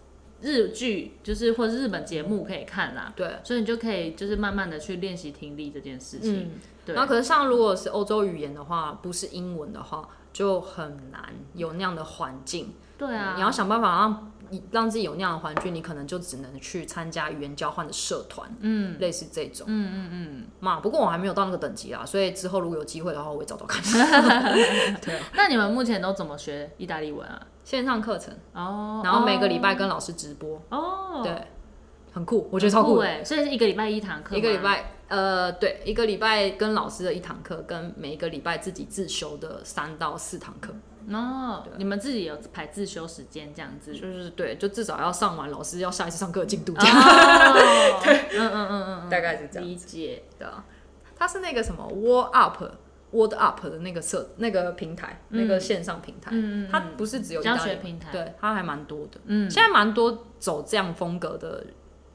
B: 日剧，就是或是日本节目可以看啦，
A: 对，
B: 所以你就可以就是慢慢的去练习听力这件事情，
A: 嗯。
B: 对，
A: 那可是像如果是欧洲语言的话，不是英文的话，就很难有那样的环境。
B: 对啊，
A: 你要想办法让让自己有那样的环境，你可能就只能去参加语言交换的社团，
B: 嗯
A: 类似这种。
B: 嗯嗯嗯，
A: 嘛，不过我还没有到那个等级啦，所以之后如果有机会的话，我会找找 看。
B: 那你们目前都怎么学意大利文啊？
A: 线上课程，
B: 哦，
A: 然后每个礼拜跟老师直播，
B: 哦，很酷欸，
A: 对，很酷，我觉得超酷的。
B: 哎，所以是一个礼拜一堂课吗，
A: 一个礼拜，呃，对，一个礼拜跟老师的一堂课，跟每一个礼拜自己自修的三到四堂课，
B: 哦，你们自己有排自修时间这样子，
A: 就是对，就至少要上完老师要下一次上课的进度，这样
B: 哦，嗯嗯嗯嗯
A: 大概是
B: 嗯，理解。
A: 的。它是那个什么 Word Up。Word Up 的那个社那个平台，那个线上平台，
B: 嗯嗯嗯
A: 它不啊是只有意大利
B: 教学平台
A: 对，它还蛮多的。
B: 嗯
A: 现在蛮多走这样风格的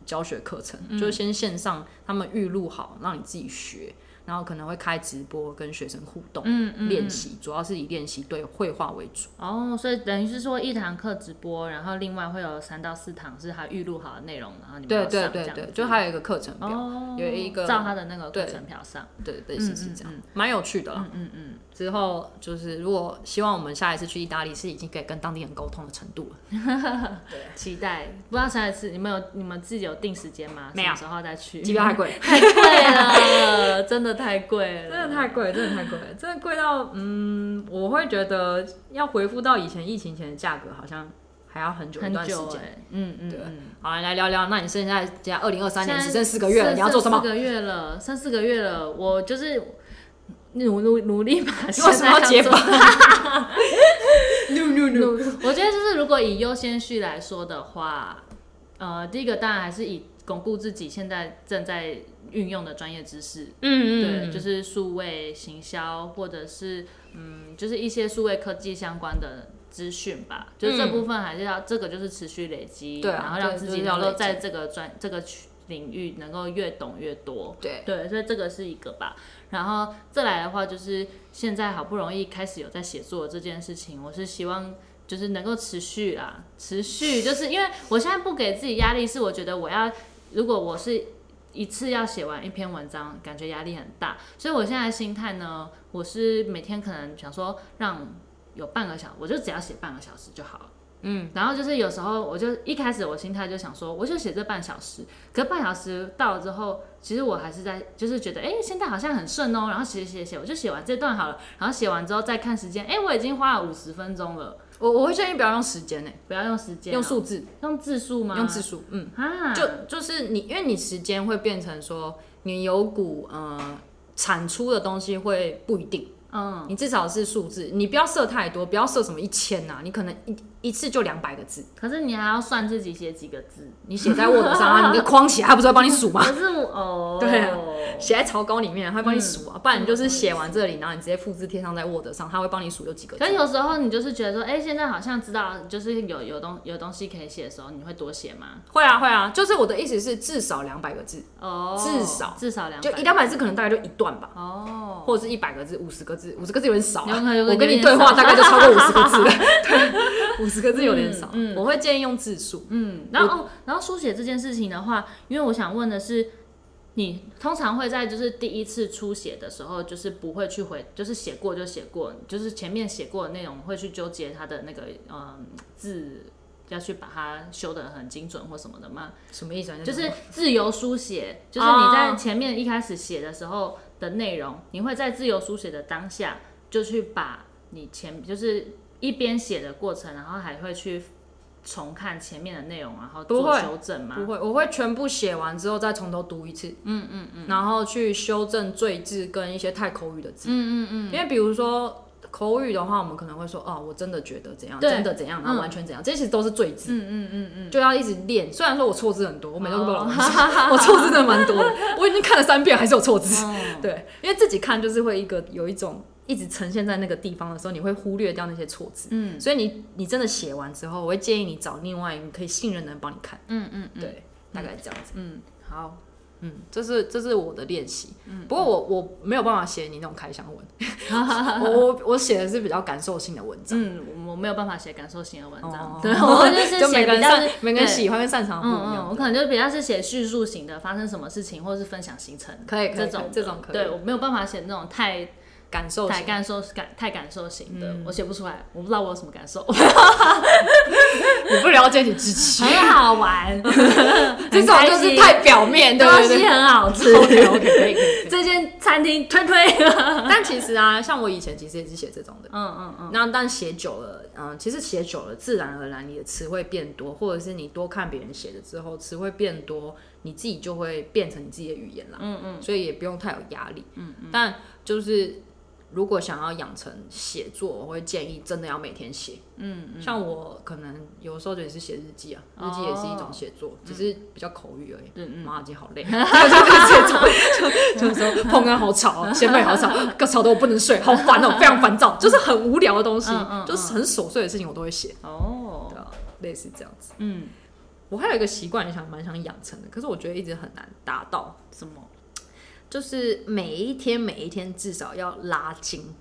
A: 教学课程，就是先线上他们预录好，让你自己学，然后可能会开直播跟学生互动
B: 嗯嗯，
A: 练习、主要是以练习对绘画为主。
B: 哦，所以等于是说一堂课直播，然后另外会有三到四堂是他预录好的内容，然后你们
A: 对
B: 要
A: 对
B: 上
A: 对
B: 这样
A: 对，
B: 子
A: 就还有一个课程表，
B: 哦，
A: 有一个
B: 照他的那个课
A: 对
B: 程表上，
A: 对对
B: 嗯
A: 是是
B: 嗯
A: 这样，蛮、有趣的啦。
B: 嗯嗯嗯，
A: 之后就是如果希望我们下一次去意大利是已经可以跟当地人沟通的程度 了。
B: 哦期待。不知道下一次你们有你们自己有定时间吗？
A: 没有
B: 什么时候再去？
A: 机票 太贵，
B: 太贵了，真的太贵了，
A: 真的太贵，真的太贵，真的贵到嗯，我会觉得要回复到以前疫情前的价格，好像还要很久一段
B: 很
A: 时
B: 久
A: 间。
B: 哎，嗯嗯
A: 对
B: 嗯。
A: 好，来聊聊，那你剩下现在二零二三
B: 现
A: 年
B: 在
A: 只剩四个月了，
B: 剩
A: 你要做什么
B: 剩？四个月了，剩四个月了，我就是努努努力把现 在
A: 为什么要结
B: 做
A: 巴 no no
B: 努 我觉得就是如果以优先序来说的话，呃，第一个当然还是以巩固自己现在正在运用的专业知识。
A: 嗯
B: 对，就是数位行销，或者是嗯，就是一些数位科技相关的资讯吧。就是这部分还是要，这个就是持续累积，
A: 对啊
B: 然后让
A: 对
B: 自
A: 就是
B: 己
A: 要
B: 能够
A: 累积
B: 在这个专这个区领域能够越懂越多。
A: 对
B: 对，所以这个是一个吧。然后再来的话，就是现在好不容易开始有在写作这件事情，我是希望就是能够持续啦，持续就是因为我现在不给自己压力，是我觉得我要如果我是一次要写完一篇文章，感觉压力很大，所以我现在的心态呢，我是每天可能想说让有半个小时，我就只要写半个小时就好了。嗯，然后就是有时候我就一开始我心态就想说，我就写这半小时，可半小时到了之后，其实我还是在就是觉得，哎，现在好像很顺哦，然后写写写，我就写完这段好了，然后写完之后再看时间，哎，我已经花了五十分钟了，
A: 我我会建议不要用时间呢、欸
B: 不要用时间哦、
A: 用数字，
B: 用字数吗？
A: 用字数，嗯。
B: 啊，
A: 就就是你，因为你时间会变成说，你有股呃产出的东西会不一定，
B: 嗯
A: 你至少是数字，你不要设太多，不要设什么一千呐、你可能一一次就两百个字，
B: 可是你还要算自己写几个字，
A: 你写在 Word 上啊，你的框起来，它不是会帮你数 吗？
B: 可是我哦，
A: 对啊写在草稿里面，它会帮你数啊，不然你就是写完这里，然后你直接复制贴上在 Word 上，它会帮你数有几个字
B: 可。是有时候你就是觉得说，哎、现在好像知道，就是有有东有东西可以写的时候，你会多写吗？
A: 会啊会啊，就是我的意思是至少两百个字，
B: 哦，
A: 至少
B: 至少两
A: 就
B: 百
A: 一两百字可能大概就一段吧，
B: 哦，
A: 或者是一百个字，五十个字，五十个字有点少、
B: 有
A: 啊
B: 可能。
A: 我跟
B: 有
A: 你
B: 点
A: 对话
B: 少
A: 大概就超过五十个字 了，对，五十个字有点少。
B: 嗯嗯
A: 我会建议用字数。
B: 嗯，然后哦，然后书写这件事情的话，因为我想问的是，你通常会在就是第一次初写的时候，就是不会去回，就是写过就写过，就是前面写过的内容会去纠结它的那个嗯字。要去把它修得很精准或什么的吗？
A: 什么意思啊？
B: 就
A: 那
B: 是
A: 种
B: 自由书写，就是你在
A: 哦
B: 前面一开始写的时候的内容，你会在自由书写的当下就去把你前就是一边写的过程，然后还会去重看前面的内容，然后
A: 不
B: 做
A: 会
B: 修正吗？
A: 不会，我会全部写完之后再从头读一次，
B: 嗯嗯嗯
A: 然后去修正赘字跟一些太口语的字。
B: 嗯嗯
A: 因为比如说口语的话，我们可能会说哦，我真的觉得怎样，
B: 对
A: 真的怎样，然后完全怎样，这些都是赘字。
B: 嗯嗯嗯嗯，
A: 就要一直练，虽然说我错字很多，我每周都被我老师说，我错字真的蛮多的，我已经看了三遍还是有错字。
B: 哦
A: 对，因为自己看就是会一个有一种一直呈现在那个地方的时候，你会忽略掉那些错字。
B: 嗯
A: 所以你你真的写完之后，我会建议你找另外你可以信任的人帮你看。
B: 嗯嗯嗯，
A: 对，大概这样子。
B: 嗯，好，
A: 嗯，这是这是我的练习。不过我我没有办法写你那种开箱 文，我我我写的是比较感受性的文章。
B: 嗯，我我没有办法写感受型的文章
A: 哦，
B: 嗯 对我就 是
A: 就
B: 写
A: 每个
B: 比
A: 人
B: 较
A: 擅
B: 是
A: 每个人
B: 对
A: 喜欢跟擅长的不
B: 嗯
A: 一
B: 嗯，
A: 样
B: 我。可能就比较是写叙述型的，发生什么事情，或者是分享行程，
A: 可以可以
B: 这种
A: 可
B: 的
A: 以这种可以
B: 对我没有办法写那种太
A: 感受
B: 太
A: 型，
B: 感受感太感受型的，
A: 嗯
B: 我写不出来，我不知道我有什么感 受，
A: 你不了解你自己，
B: 很好玩，
A: 这种就是太表面，对
B: 东
A: 不
B: 西
A: 对
B: 很好 吃，
A: ？OK OK 可以可以。
B: 这间餐厅推推，
A: 但其实啊，像我以前其实也是写这种的。
B: 嗯嗯嗯，
A: 那但写久了，嗯，其实写久了，自然而然你的词汇变多，或者是你多看别人写的之后，词汇变多，你自己就会变成你自己的语言啦。
B: 嗯
A: 嗯，所以也不用太有压力。嗯嗯。但就是如果想要养成写作，我会建议真的要每天写。嗯嗯。像我可能有时候也是写日记啊，日记也是一种写作，只是比较口语而已。
B: 哦嗯嗯
A: 妈已经好 累，啊就就就说碰干好吵哦，先辈好吵，吵得我不能睡，好烦哦，非常烦躁，就是很无聊的东西
B: 嗯嗯嗯，
A: 就是很琐碎的事情我都会写，
B: 哦
A: 对，啊，类似这样子。
B: 嗯，
A: 我还有一个习惯，也想蛮想养成的，可是我觉得一直很难达到，
B: 什么？
A: 就是每一天每一天至少要拉筋。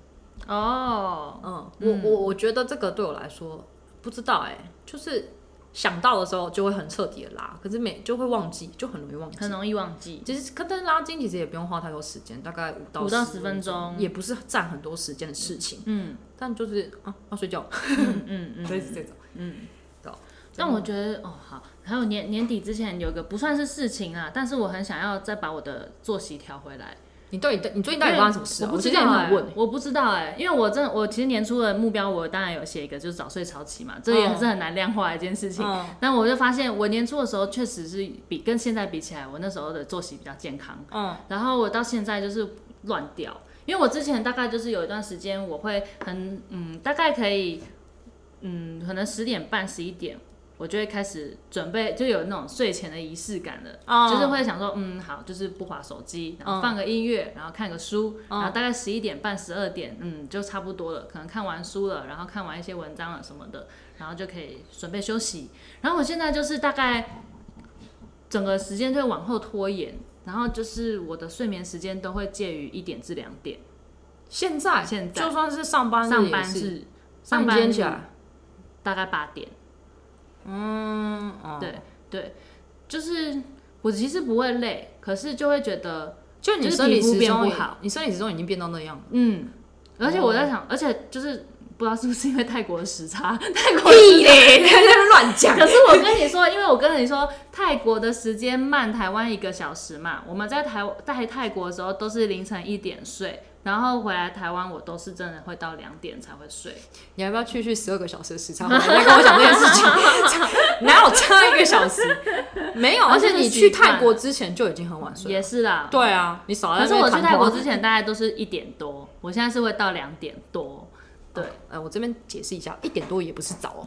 B: 哦，
A: 嗯，我我我觉得这个对我来说不知道哎、就是想到的时候就会很彻底的拉，可是每就会忘记，就很容易忘记，
B: 很容易忘记，
A: 其实，可但拉筋其实也不用花太多时间，大概五到
B: 五到
A: 10
B: 10分钟
A: 也不是占很多时间的事情。
B: 嗯
A: 但就是啊，要睡觉，
B: 嗯嗯嗯，
A: 类似这种。
B: 嗯
A: 对啊。
B: 但我觉得哦好，还有年年底之前有个不算是事情啊，但是我很想要再把我的作息调回来。
A: 你到底你最近到底发生什么事啊？
B: 嗯我不
A: 其
B: 知
A: 实也
B: 道
A: 很
B: 哎、
A: 想问欸。
B: 我不知道哎、因为我真的我其实年初的目标，我当然有写一个，就是早睡早起嘛，这也
A: 嗯
B: 是很难量化的一件事情。
A: 嗯
B: 但我就发现，我年初的时候确实是比跟现在比起来，我那时候的作息比较健康。
A: 嗯
B: 然后我到现在就是乱掉，因为我之前大概就是有一段时间我会很嗯，大概可以嗯，可能十点半十一点我就会开始准备，就有那种睡前的仪式感了，
A: 哦
B: 就是会想说，嗯，好，就是不划手机，然
A: 嗯
B: 后放个音乐，然后看个书，然后大概十一点半、十二点，嗯，就差不多了，可能看完书了，然后看完一些文章了什么的，然后就可以准备休息。然后我现在就是大概整个时间就会往后拖延，然后就是我的睡眠时间都会介于一点至两点，
A: 现在
B: 现在
A: 就算是上班日
B: 上
A: 也
B: 班
A: 是，
B: 是
A: 那
B: 上
A: 你
B: 班
A: 今天
B: 日
A: 起来，
B: 大概八点。
A: 嗯，哦
B: 对对，就是我其实不会累，可是就会觉得，
A: 就你
B: 就是
A: 生
B: 皮
A: 理
B: 肤
A: 时
B: 变
A: 钟
B: 不
A: 也
B: 好，
A: 你生理时钟已经变到那样了。
B: 嗯，而且我在
A: 哦
B: 想，而且就是不知道是不是因为泰国的时 差，泰国的 时
A: 屁嘞，在那边乱讲。
B: 可是我跟你说，因为我跟你说，泰国的时间慢台湾一个小时嘛，我们在台在泰国的时候都是凌晨一点睡，然后回来台湾我都是真的会到两点才会睡。
A: 你要不要去去十二个小时的时差？回来再跟我讲这件事情， 哪有差一个小时？没有，而
B: 而且
A: 且你
B: 是
A: 去
B: 习惯
A: 泰国之前就已经很晚睡了。
B: 也是啦，
A: 对啊，你少在那
B: 可是
A: 边
B: 我去
A: 谈
B: 泰国
A: 话
B: 之前大概都是一点多，我现在是会到两点多。对，
A: 呃，我这边解释一下，一点多也不是 早、哦。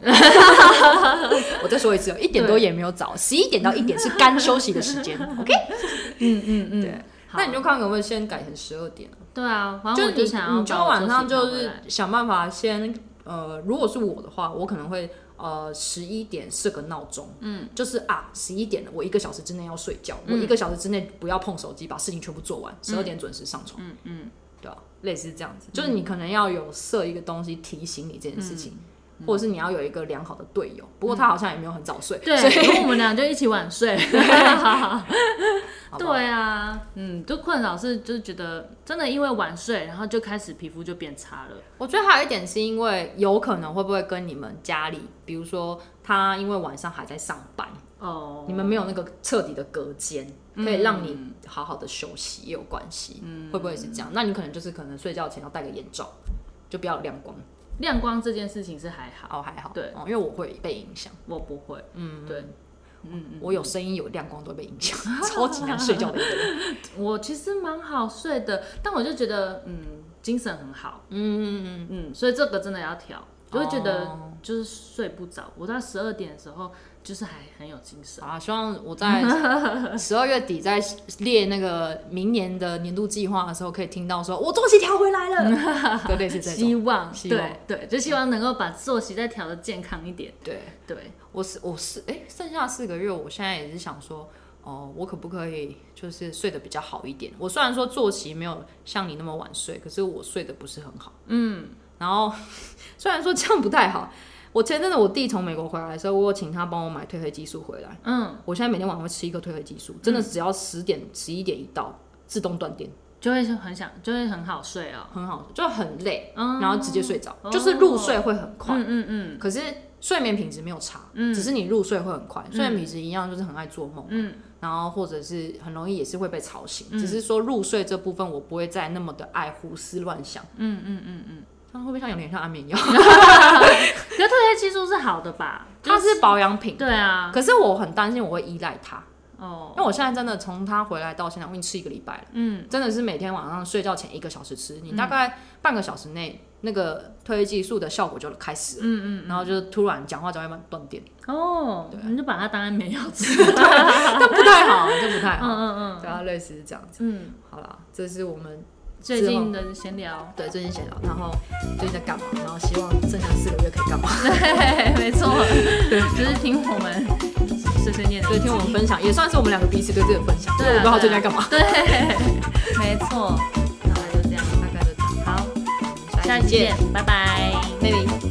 A: 我再说一次、哦，一点多也没有早，十一点到一点是干休息的时间。OK，
B: 嗯嗯嗯
A: 对，那你就看可不可以先改成十二点啊，
B: 对啊，反正
A: 就
B: 我
A: 你
B: 想要
A: 你就
B: 把我
A: 晚
B: 作
A: 上
B: 息
A: 就
B: 调回
A: 是
B: 来
A: 想办法先呃，如果是我的话，我可能会呃十一点设个闹钟，嗯，就是啊十一点了，我一个小时之内要睡觉，
B: 嗯
A: 我一个小时之内不要碰手机，把事情全部做完，十二点准时上床，嗯嗯，对啊，类似这样子，
B: 嗯
A: 就是你可能要有设一个东西提醒你这件事情。
B: 嗯
A: 或者是你要有一个良好的队友，不过他好像也没有很早睡，所
B: 对，
A: 以
B: 因为我们俩就一起晚 睡。
A: 好不好
B: 对啊，嗯，就困扰是就是觉得真的因为晚睡，然后就开始皮肤就变差了。
A: 我觉得还有一点是因为有可能会不会跟你们家里，比如说他因为晚上还在上班，
B: 哦，
A: 你们没有那个彻底的隔间，
B: 嗯
A: 可以让你好好的休息也有关系，会不会是这样？那你可能就是可能睡觉前要戴个眼罩，就不要有亮光，
B: 亮光这件事情是还好，
A: 哦还好，
B: 对
A: 哦，因为我会被影响，
B: 我不会。嗯，对，嗯，
A: 我有声音有亮光都会被影 响，超级难睡觉的一个人，
B: 我其实蛮好睡的，但我就觉得嗯精神很好，
A: 嗯嗯嗯
B: 嗯，所以这个真的要调，就会觉得
A: 哦
B: 就是睡不着。我到十二点的时候就是还很有精神
A: 嗯，。啊，希望我 在十二月底在列那个明年的年度计划的时候，可以听到说我作息调回来 了，就类似这
B: 希
A: 种，
B: 望，
A: 希望
B: 对对，就希望能够把作息再调的健康一点。
A: 对。
B: 对，
A: 我是我是哎、剩下四个月，我现在也是想说，哦、我可不可以就是睡得比较好一点？我虽然说作息没有像你那么晚睡，可是我睡得不是很好。嗯，然后 虽然说这样不太好，我前阵子我弟从美国回来的时候，我有请他帮我买褪黑激素回来。
B: 嗯，
A: 我现在每天晚上会吃一颗褪黑激素，真的只要十点十一点一到，自动断电，
B: 就会很想，就会很好睡哦。
A: 很好，就很累，
B: 嗯，
A: 然后直接睡着，
B: 哦
A: 就是入睡会很快。
B: 嗯嗯嗯
A: 可是睡眠品质没有差，只是你入睡会很快，睡眠品质一样就是很爱做梦，
B: 嗯，
A: 然后或者是很容易也是会被吵醒，只是说入睡这部分我不会再那么的爱胡思乱想，
B: 嗯嗯嗯嗯。
A: 它会不会像有点像安 眠药？
B: 可是褪黑激素是好的吧？
A: 它是保养品，
B: 对啊，
A: 可是我很担心我会依赖它，
B: 哦
A: 因，为我现在真的从它回来到现在，我已经吃一个礼拜了，
B: 嗯，
A: 真的是每天晚上睡觉前一个小时吃，你大概半个小时内那个褪黑激素的效果就开始了，嗯嗯，然后就是突然讲话就会慢慢断电，
B: 哦，你就把它当安眠药 吃。
A: 但不太好，这不太
B: 嗯
A: 好，
B: 嗯
A: 对啊，类似是这样子。
B: 嗯
A: 好啦，这是我们
B: 嗯，最近的闲聊，
A: 对最近闲聊，然后最近在干嘛，然后希望剩下四个月可以干嘛，
B: 对，没错，就是听我们碎碎念，
A: 所以听我们分享也算是我们两个彼此对自啊己的分享，因为我不知道最近在干嘛，
B: 对，没错，大概就这样。
A: 大概就这样，
B: 好，
A: 下
B: 下
A: 期
B: 期
A: 见
B: 见，拜拜。
A: ，baby。